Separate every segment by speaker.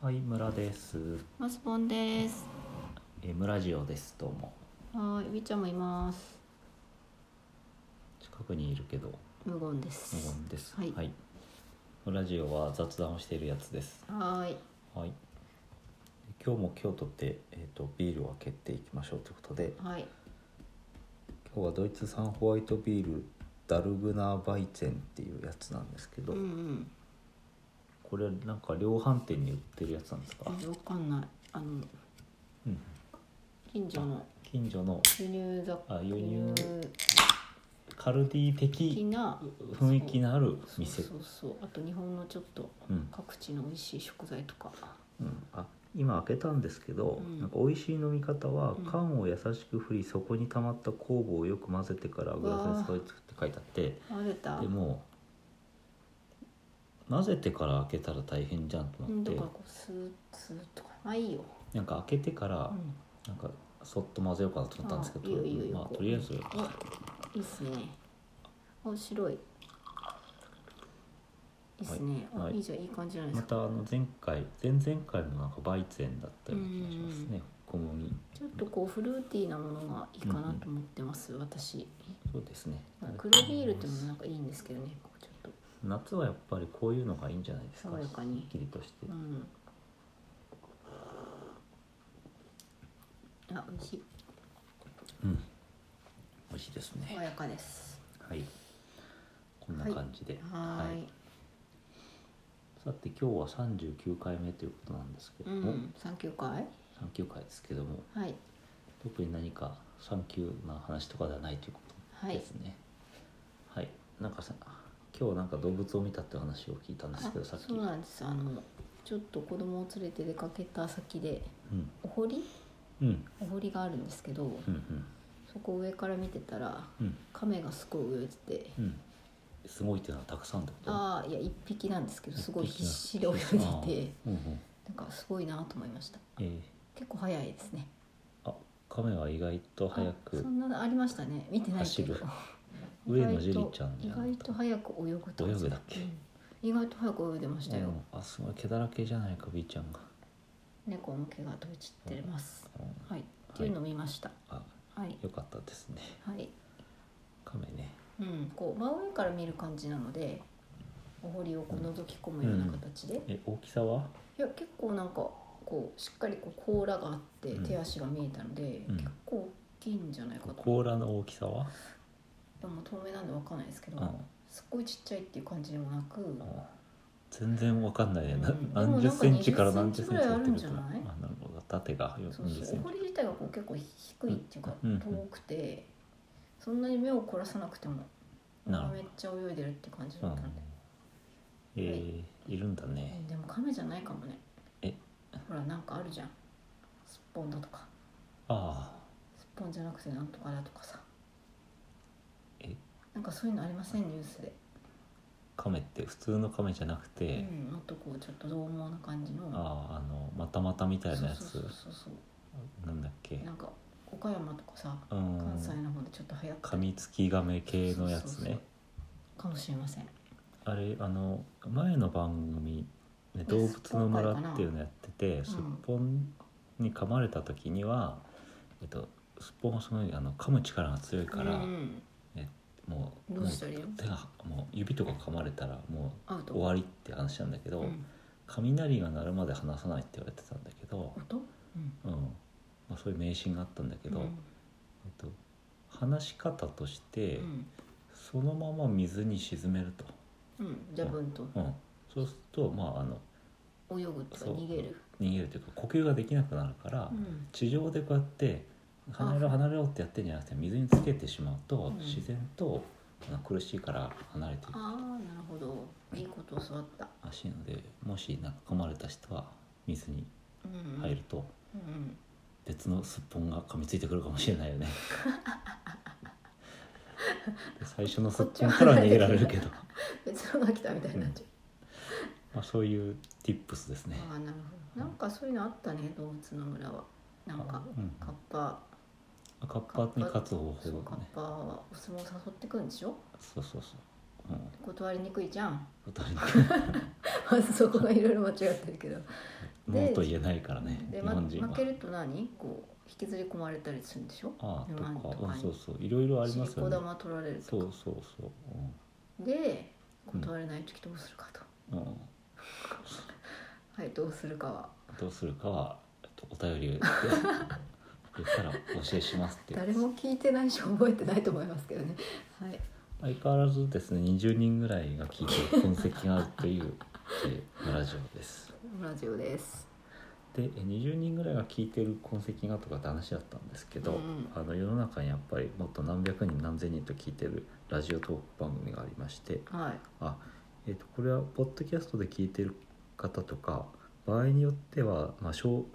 Speaker 1: はい、村です。
Speaker 2: マスボンです。
Speaker 1: えー、村ジオです。どうも。
Speaker 2: はーい、みーちゃんもいます。
Speaker 1: 近くにいるけど、
Speaker 2: 無言です。
Speaker 1: 無言です。
Speaker 2: はい
Speaker 1: 村ジオは雑談をしているやつです。
Speaker 2: はーい、
Speaker 1: はい。今日も京都で、えっ、と、ビールを開けていきましょうということで。
Speaker 2: はい、
Speaker 1: 今日はドイツ産ホワイトビール。ダルグナーバイゼンっていうやつなんですけ
Speaker 2: う
Speaker 1: ど、
Speaker 2: んうん、
Speaker 1: これなんか量販店に売ってるやつなんですか、
Speaker 2: わかんない、あの
Speaker 1: うん、
Speaker 2: 近所の
Speaker 1: 近所の
Speaker 2: 輸入雑貨
Speaker 1: あ輸入カルディ
Speaker 2: 的
Speaker 1: 的
Speaker 2: な
Speaker 1: 雰囲気のある店
Speaker 2: そうそうそう、あと日本のちょっと
Speaker 1: うん
Speaker 2: 各地の美味しい食材とか、
Speaker 1: うん、あ今開けたんですけど、
Speaker 2: うん
Speaker 1: なんか美味しい飲み方は、
Speaker 2: うん
Speaker 1: 缶を優しく振りそこに溜まった酵母をよく混ぜてからグラスに添えてって書いてあって
Speaker 2: 混ぜた
Speaker 1: で、も混ぜてから開けたら大変じゃんと
Speaker 2: う
Speaker 1: 思っ
Speaker 2: ん、だ
Speaker 1: て、
Speaker 2: からこうスーッスーッとか、まあいいよ、
Speaker 1: なんか開けてから
Speaker 2: うん、
Speaker 1: なんかそっと混ぜようかなと思ったんですけど
Speaker 2: あいいよいいよいいよ
Speaker 1: まあとりあえず
Speaker 2: おいいっすね、面白い、いいっすね、
Speaker 1: はい
Speaker 2: あ
Speaker 1: はい
Speaker 2: いいじゃんいい感じじゃないで
Speaker 1: ます
Speaker 2: か。
Speaker 1: たあの前回前々回もなんかバイゼンだったような気がしますね小麦
Speaker 2: ちょっとこうフルーティーなものがいいかなと思ってます、私
Speaker 1: そうですね
Speaker 2: 黒ビールってもなんかいいんですけどねこうちょっ
Speaker 1: 夏はやっぱりこういうのがいいんじゃないですか
Speaker 2: 爽やかに
Speaker 1: すっきりとして
Speaker 2: とうんあ美味しい
Speaker 1: うん、美味しいですね。
Speaker 2: 爽やかです
Speaker 1: はい。こんな感じで。
Speaker 2: はーい
Speaker 1: さて今日は三十九回目ということなんですけど
Speaker 2: う
Speaker 1: も、
Speaker 2: ん三級会
Speaker 1: 三九回ですけども、
Speaker 2: はい
Speaker 1: 特に何か三級な話とかではないということ
Speaker 2: はい
Speaker 1: ですね。はい。なんかさ、今日なんか動物を見たって話を聞いたんです
Speaker 2: あ
Speaker 1: けどさっき、
Speaker 2: そうなんですあのちょっと子供を連れて出かけた先で
Speaker 1: うん、
Speaker 2: お堀
Speaker 1: うん、
Speaker 2: お堀があるんですけど、
Speaker 1: うん、うん、
Speaker 2: そこを上から見てたら
Speaker 1: うん、
Speaker 2: 亀がすごい泳いでて
Speaker 1: うん。すごいっていうのはたくさんってこと。
Speaker 2: ああいや一匹なんですけどすごい必死で泳いでて
Speaker 1: うんうん。
Speaker 2: なんかすごいなと思いました
Speaker 1: えー、
Speaker 2: 結構早いですね
Speaker 1: あ、カメは意外と早く
Speaker 2: あそ。んなのありましたね見てないけど
Speaker 1: 走る上野樹里ちゃん
Speaker 2: 意
Speaker 1: じゃん
Speaker 2: 外と早く泳ぐとか
Speaker 1: 泳ぐだっけ
Speaker 2: うん意外と早く泳いでましたよ、
Speaker 1: うんあすごい毛だらけじゃないか B ちゃんが、
Speaker 2: 猫の毛が飛び散ってます、
Speaker 1: うん
Speaker 2: はいっていうのを見ました
Speaker 1: あ
Speaker 2: はい
Speaker 1: よかったですね
Speaker 2: はい、
Speaker 1: カメね
Speaker 2: うん、こう真上から見る感じなのでお堀をこう覗き込むような形で、い
Speaker 1: え大きさは
Speaker 2: や結構なんかこうしっかりこう甲羅があって
Speaker 1: うん
Speaker 2: 手足が見えたので、
Speaker 1: うん
Speaker 2: 結構大きいんじゃないかと
Speaker 1: 甲羅の大きさは
Speaker 2: でも透明なんでわかんないですけど、
Speaker 1: あ
Speaker 2: すっごいちっちゃいっていう感じでもなく、
Speaker 1: あ全然わかんないね、な
Speaker 2: うん
Speaker 1: 何十センチから何十センチ
Speaker 2: でもなんか20センチ
Speaker 1: か
Speaker 2: ぐらいあるんじゃない
Speaker 1: あなるほど縦が
Speaker 2: そ
Speaker 1: 40
Speaker 2: うそ
Speaker 1: セ
Speaker 2: うお
Speaker 1: ンチ
Speaker 2: 堀自体がこう結構低いっていうか、
Speaker 1: うん
Speaker 2: 遠くてそんなに目を凝らさなくても
Speaker 1: なるほど
Speaker 2: めっちゃ泳いでるって感じ
Speaker 1: う
Speaker 2: だ
Speaker 1: ん
Speaker 2: ったので、
Speaker 1: えーいるんだね
Speaker 2: でも亀じゃないかもね
Speaker 1: え
Speaker 2: ほらなんかあるじゃんすっぽんだとか
Speaker 1: ああ
Speaker 2: すっぽんじゃなくてなんとかだとかさ
Speaker 1: え
Speaker 2: なんかそういうのありませんニュースで、
Speaker 1: カメって普通のカメじゃなくて、
Speaker 2: うん、もっとこうちょっと獰猛な感じの
Speaker 1: あああのまたまたみたいなやつ
Speaker 2: そうそうそうそう
Speaker 1: なんだっけ
Speaker 2: なんか岡山とかさ
Speaker 1: うん
Speaker 2: 関西の方でちょっと流行って
Speaker 1: カ
Speaker 2: る
Speaker 1: ミツキガメ系のやつね
Speaker 2: そうそうそうかもしれません
Speaker 1: あれあの前の番組、ね「
Speaker 2: え
Speaker 1: 動物の村」
Speaker 2: スッポン会かな
Speaker 1: っていうのやっててすっぽんに噛まれた時には、えっと、すっぽんはすごいあの噛む力が強いから、
Speaker 2: うん、
Speaker 1: もう
Speaker 2: ど
Speaker 1: もう
Speaker 2: うしたらいいの
Speaker 1: 手がもう指とか噛まれたらも
Speaker 2: アウ
Speaker 1: う
Speaker 2: ト
Speaker 1: 終わりって話なんだけど、
Speaker 2: うん、
Speaker 1: 雷が鳴るまで離さないって言われてたんだけど、
Speaker 2: 音、うん、
Speaker 1: うんまあ、そういう迷信があったんだけど、
Speaker 2: う
Speaker 1: えっ
Speaker 2: ん
Speaker 1: と、話し方として、
Speaker 2: うん
Speaker 1: そのまま水に沈めると。
Speaker 2: うん、ジャブンと
Speaker 1: うん、そうするとまああの
Speaker 2: 泳ぐとか
Speaker 1: そう
Speaker 2: 逃げる、
Speaker 1: 逃げるというか呼吸ができなくなるから、
Speaker 2: うん
Speaker 1: 地上でこうやって離れろ
Speaker 2: あ
Speaker 1: 離れろってやってんじゃなくて水につけてしまうと、
Speaker 2: うん
Speaker 1: 自然とまあ苦しいから離れていく
Speaker 2: ああなるほどいいこと教わった、
Speaker 1: らしいのでもしなんか噛まれた人は水に
Speaker 2: うん、
Speaker 1: 入ると
Speaker 2: うんうん
Speaker 1: 別のすっぽんが噛みついてくるかもしれない よね。で最初のすっぽんからは逃げられるけど、
Speaker 2: 別のが来たみたいになっちゃ
Speaker 1: まあ、そういう tips ですね
Speaker 2: う、。ああなるほどなんかそういうのあったね動物の村はなんか
Speaker 1: うん、
Speaker 2: カッパ
Speaker 1: カッパに勝つ方法
Speaker 2: そうカッ
Speaker 1: ね
Speaker 2: パはお相撲誘ってくんでしょ
Speaker 1: そうそうそう、うん、
Speaker 2: 断りにくいじゃん
Speaker 1: 二人で
Speaker 2: まずそこがいろいろ間違ってるけど
Speaker 1: もうと言えないからね
Speaker 2: で、
Speaker 1: 日
Speaker 2: ま、
Speaker 1: 本人は
Speaker 2: 負けると何こう引きずり込まれたりするんでしょ
Speaker 1: ああとか
Speaker 2: なんとか
Speaker 1: うんそうそういろいろあります
Speaker 2: 尻
Speaker 1: よ
Speaker 2: 子
Speaker 1: ね
Speaker 2: 玉取られる
Speaker 1: そ
Speaker 2: とか
Speaker 1: うそうそう
Speaker 2: で断れない時どうするかと、
Speaker 1: うん、うん、
Speaker 2: はいどうするかは
Speaker 1: どうするかはえっとお便りで言ったらお教えしますって
Speaker 2: 誰も聞いてないし覚えてないと思いますけどねはい
Speaker 1: 相変わらずですね20人ぐらいが聞いて分析があるというえーラジオです
Speaker 2: ラジオです
Speaker 1: でえ20人ぐらいが聞いてる痕跡がとかって話だったんですけど、
Speaker 2: うんうん
Speaker 1: あの世の中にやっぱりもっと何百人何千人と聞いてるラジオトーク番組がありまして
Speaker 2: はい
Speaker 1: あ、えー、とこれはポッドキャストで聞いてる方とか場合によっては、まあ、少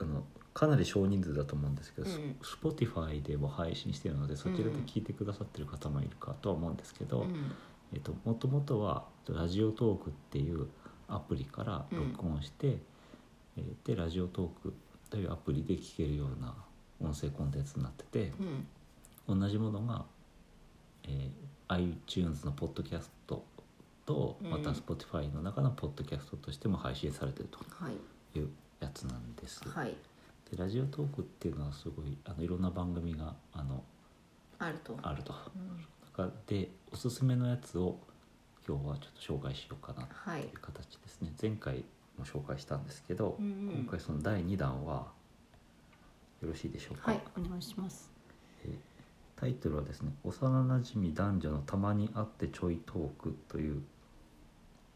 Speaker 1: あのかなり少人数だと思うんですけど、
Speaker 2: うん
Speaker 1: Spotify でも配信してるのでそちらで聞いてくださってる方もいるかとは思うんですけど、
Speaker 2: うん
Speaker 1: えっともともとはえっとラジオトークっていうアプリから録音して、えーでラジオトークというアプリで聞けるような音声コンテンツになってて、
Speaker 2: うん
Speaker 1: 同じものが、えー iTunes のポッドキャストと
Speaker 2: うん
Speaker 1: また Spotify の中のポッドキャストとしても配信されてる
Speaker 2: はい
Speaker 1: というやつなんです。
Speaker 2: はい
Speaker 1: でラジオトークっていうのはすごいあのいろんな番組があの
Speaker 2: あると
Speaker 1: あると。
Speaker 2: うん
Speaker 1: 中でおすすめのやつを今日はちょっと紹介しようかな
Speaker 2: はい
Speaker 1: という形ですね前回も紹介したんですけど、
Speaker 2: うんうん
Speaker 1: 今回その第2弾はよろしいでしょうか、
Speaker 2: はいお願いします
Speaker 1: えータイトルはですね「幼なじみ男女のたまに会ってちょいトーク」という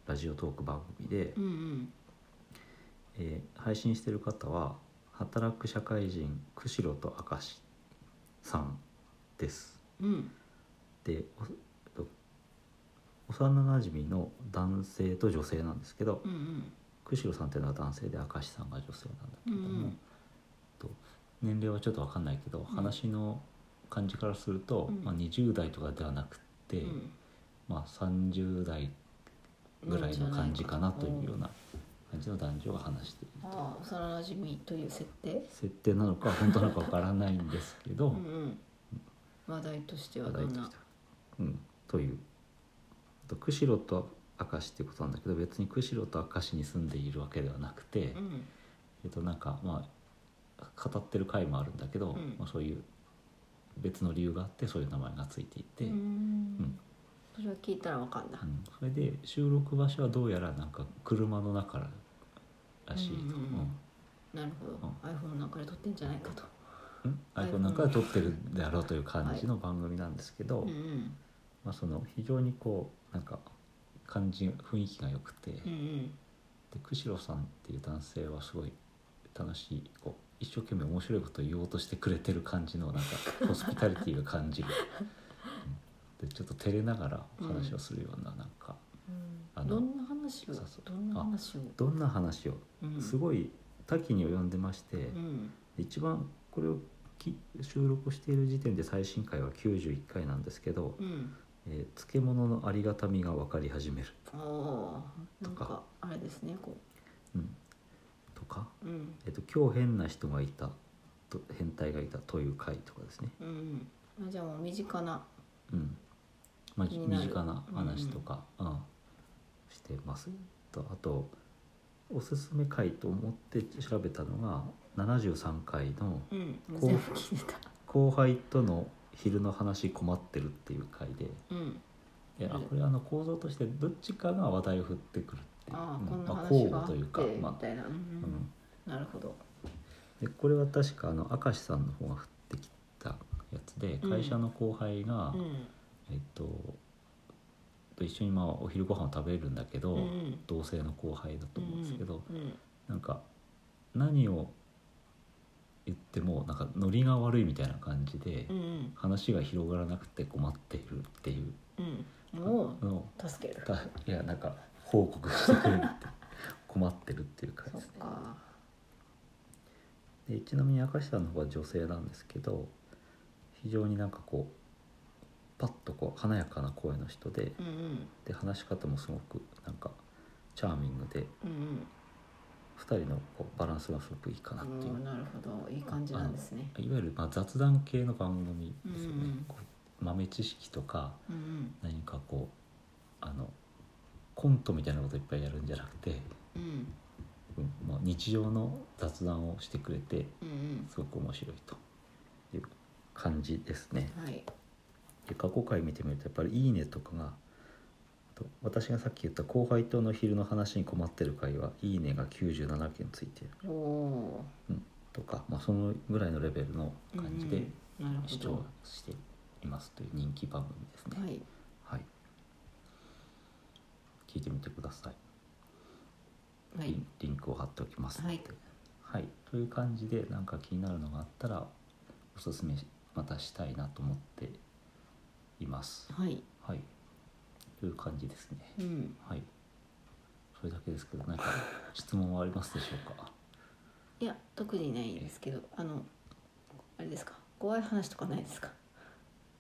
Speaker 1: ラジオトーク番組で、
Speaker 2: うんうん
Speaker 1: えー配信してる方は働く社会人釧路と明石さんです。
Speaker 2: うん
Speaker 1: でおと幼なじみの男性と女性なんですけど
Speaker 2: うんうん
Speaker 1: 釧路さんっていうのは男性で明石さんが女性なんだけども、
Speaker 2: うんうん
Speaker 1: と年齢はちょっと分かんないけど、話の感じからすると、
Speaker 2: うん
Speaker 1: まあ、20代とかではなくて、
Speaker 2: うん
Speaker 1: まあ、30代ぐらいの感じかなというような感じの男女が話している
Speaker 2: ああ幼馴染という設定
Speaker 1: 設定なのか本当なのか分からないんですけど、
Speaker 2: うんうん話題としては
Speaker 1: 話
Speaker 2: ど
Speaker 1: 題
Speaker 2: ん
Speaker 1: として
Speaker 2: な
Speaker 1: はうん、というと釧路と明石っていうことなんだけど別に釧路と明石に住んでいるわけではなくて、
Speaker 2: うん
Speaker 1: えっとなんかまあ語ってる回もあるんだけど、
Speaker 2: うん
Speaker 1: まあ、そういう別の理由があってそういう名前がついていて、う
Speaker 2: う
Speaker 1: ん
Speaker 2: んそれは聞いたらわかんだ
Speaker 1: うんそれで収録場所はどうやらなんか車の中らしいと、
Speaker 2: うんうんなるほど
Speaker 1: う
Speaker 2: iPhone の中で撮ってんじゃないかと
Speaker 1: うん iPhone なんかで撮ってるであろうという感じの番組なんですけど、
Speaker 2: うんうん
Speaker 1: まあ、その非常にこうなんか感じ雰囲気が良くて、
Speaker 2: う
Speaker 1: で
Speaker 2: ん
Speaker 1: 釧路さんっていう男性はすごい楽しいこう一生懸命面白いことを言おうとしてくれてる感じのなんかホスピタリティが感 じる、うんでちょっと照れながらお話をするようななんか、
Speaker 2: う
Speaker 1: あ
Speaker 2: ん
Speaker 1: の
Speaker 2: どんな話を
Speaker 1: そうそう
Speaker 2: どんな話を
Speaker 1: どんな話を
Speaker 2: うん
Speaker 1: すごい多岐に及んでまして、
Speaker 2: うん
Speaker 1: 一番これをき収録している時点で最新回は91回なんですけど、
Speaker 2: うん
Speaker 1: えー漬物のありがたみが分かり始める、
Speaker 2: ああなん
Speaker 1: と
Speaker 2: か
Speaker 1: か
Speaker 2: あれですねこ
Speaker 1: うん、とか
Speaker 2: ううん
Speaker 1: えっと、今日変な人がいたと変態がいたという回とかですね、
Speaker 2: うんあじゃあもう身近な
Speaker 1: うんまあ、
Speaker 2: 気
Speaker 1: じ
Speaker 2: にな
Speaker 1: 身
Speaker 2: る
Speaker 1: 近な話とか、うんしてますとあとおすすめ回と思って調べたのが73回の
Speaker 2: うん
Speaker 1: こう
Speaker 2: 全部聞いてた
Speaker 1: 「後輩との昼の話困ってる」っていう回で。
Speaker 2: うん
Speaker 1: えあこれあの構造としてどっちかが話題を振ってくるっていう、
Speaker 2: あ
Speaker 1: うん
Speaker 2: あこんな
Speaker 1: まあ
Speaker 2: 話
Speaker 1: 交
Speaker 2: があ
Speaker 1: 互
Speaker 2: っ
Speaker 1: と
Speaker 2: て
Speaker 1: い
Speaker 2: み
Speaker 1: うか、まあ
Speaker 2: たいなうんうんなるほど
Speaker 1: でこれは確かあの明石さんの方が振ってきたやつで
Speaker 2: うん
Speaker 1: 会社の後輩が、
Speaker 2: うん
Speaker 1: えっと、と一緒にまあお昼ご飯を食べるんだけど、
Speaker 2: うん
Speaker 1: 同性の後輩だと思うんですけど、
Speaker 2: うん
Speaker 1: なんか何を言ってもなんかノリが悪いみたいな感じで、
Speaker 2: うん
Speaker 1: 話が広がらなくて困っているっていう
Speaker 2: うんうん
Speaker 1: の
Speaker 2: も
Speaker 1: を
Speaker 2: う助ける
Speaker 1: たいやなんか報告してくれるって困ってるっていう感
Speaker 2: そ
Speaker 1: じ
Speaker 2: っ
Speaker 1: ですね。
Speaker 2: か
Speaker 1: でちなみに明石さんの方は女性なんですけど非常になんかこうパッとこう華やかな声の人で。
Speaker 2: うんうん
Speaker 1: で話し方もすごくなんかチャーミングで
Speaker 2: うん
Speaker 1: 2人のこうバランスがすごくいいかな
Speaker 2: う
Speaker 1: ってい
Speaker 2: ん
Speaker 1: う、
Speaker 2: うんなるほどいい感じなんですね
Speaker 1: いわゆるまあ雑談系の番組ですよね、
Speaker 2: うんうん
Speaker 1: こう豆知識とか
Speaker 2: うんうん
Speaker 1: 何かこうあのコントみたいなこといっぱいやるんじゃなくて、
Speaker 2: うん
Speaker 1: うん日常の雑談をしてくれて
Speaker 2: うん
Speaker 1: すごく面白いという感じですね。
Speaker 2: うんはい
Speaker 1: で過去回見てみるとやっぱり「いいね」とかがあと私がさっき言った後輩との昼の話に困ってる回は「いいね」が97件ついてる、
Speaker 2: おお
Speaker 1: うん、とか、まあ、そのぐらいのレベルの
Speaker 2: ー
Speaker 1: 感じで
Speaker 2: うんうんなるほ
Speaker 1: 視
Speaker 2: ど
Speaker 1: 聴していますという人気番組ですね。
Speaker 2: はい
Speaker 1: はい、聞いてみてください。
Speaker 2: は
Speaker 1: リ
Speaker 2: い
Speaker 1: ンリンクを貼っておきますの
Speaker 2: は
Speaker 1: で、
Speaker 2: い
Speaker 1: はいという感じでなんか気になるのがあったらおすすめしまたしたいなと思っています。
Speaker 2: はい
Speaker 1: はいという感じですね。
Speaker 2: うん
Speaker 1: はいそれだけですけど 何か質問はありますでしょうか。
Speaker 2: いや特にないですけどあのあれですか怖い話とかないですか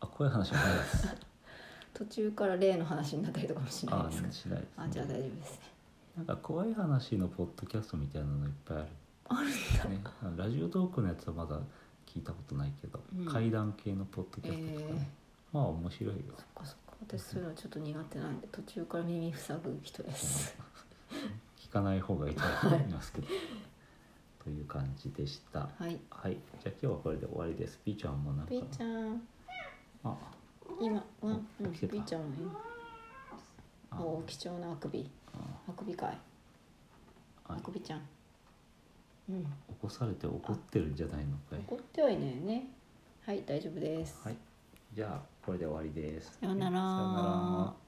Speaker 1: あこういう話はない です。
Speaker 2: 途中から例の話になったりとかもしない
Speaker 1: あ
Speaker 2: ですか
Speaker 1: しないです、ね。
Speaker 2: あじゃあ大丈夫ですね
Speaker 1: なんか怖い話のポッドキャストみたいなのいっぱいある。ある んだ。ね、あのラジオトークのやつはまだ聞いたことないけど、
Speaker 2: うん
Speaker 1: 怪談系のポッドキャストとかね、まあ面白いよ。
Speaker 2: そっかそっか私そういうのちょっと苦手なんで途中から耳塞ぐ人です
Speaker 1: 聞かない方がいいと思いますけ ど。という感じでした。
Speaker 2: はい
Speaker 1: はい、じゃあ今日はこれで終わりです。ピーちゃんもなんか。
Speaker 2: ピーちゃん
Speaker 1: あ、
Speaker 2: 今うんう
Speaker 1: お
Speaker 2: ん
Speaker 1: 起きてた
Speaker 2: ピーちゃんも
Speaker 1: あ
Speaker 2: 今お貴重なあくび
Speaker 1: あ
Speaker 2: あくびかい
Speaker 1: あ
Speaker 2: あくびちゃんうん
Speaker 1: 起こされて怒ってるんじゃないのかい。
Speaker 2: 怒ってはいないよねはい大丈夫です
Speaker 1: はい、じゃあこれで終わりです。
Speaker 2: さような
Speaker 1: さ
Speaker 2: ら
Speaker 1: ようなら